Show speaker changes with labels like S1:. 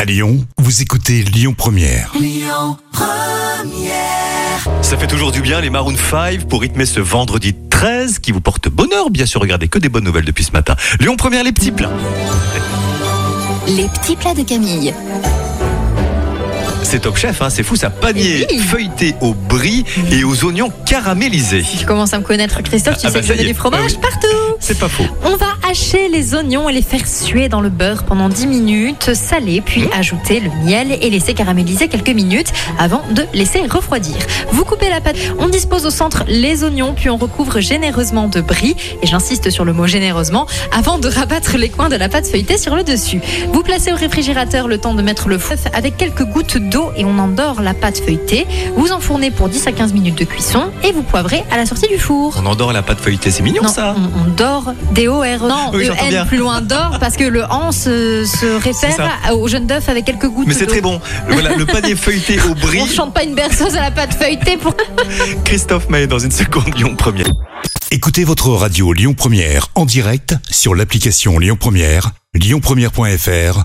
S1: À Lyon, vous écoutez Lyon Première.
S2: Ça fait toujours du bien les Maroon 5 pour rythmer ce vendredi 13 qui vous porte bonheur. Bien sûr, regardez que des bonnes nouvelles depuis ce matin. Lyon première les petits plats.
S3: Les petits plats de Camille.
S2: C'est top chef, hein, c'est fou ça. Panier
S3: Eh oui.
S2: feuilleté au brie et aux oignons caramélisés.
S3: Tu commences à me connaître, Christophe. Tu
S2: Ah
S3: sais
S2: bah
S3: que je
S2: ça y
S3: mets
S2: est.
S3: du fromage
S2: Ah oui.
S3: partout.
S2: C'est pas faux.
S3: On va hacher les oignons et les faire suer dans le beurre pendant 10 minutes, saler, puis ajouter le miel et laisser caraméliser quelques minutes avant de laisser refroidir. Vous coupez la pâte, on dispose au centre les oignons, puis on recouvre généreusement de brie, et j'insiste sur le mot généreusement, avant de rabattre les coins de la pâte feuilletée sur le dessus. Vous placez au réfrigérateur le temps de mettre le feu avec quelques gouttes d'eau et on endort la pâte feuilletée. Vous enfournez pour 10 à 15 minutes de cuisson et vous poivrez à la sortie du four.
S2: On endort la pâte feuilletée, c'est mignon
S3: Non,
S2: ça.
S3: On, on dort, D-O-R, non,
S2: Oui, j'entends bien.
S3: E-N E. plus loin dort, parce que le an se, se
S2: C'est
S3: réfère
S2: ça.
S3: au jeune d'œuf avec quelques gouttes
S2: Mais c'est
S3: d'eau.
S2: très bon. Voilà, le panier feuilleté au
S3: On
S2: brie.
S3: chante pas une berceuse à la pâte feuilletée pour
S2: Christophe Maé dans une seconde Lyon première.
S1: Écoutez votre radio Lyon Première en direct sur l'application Lyon Première, lyonpremière.fr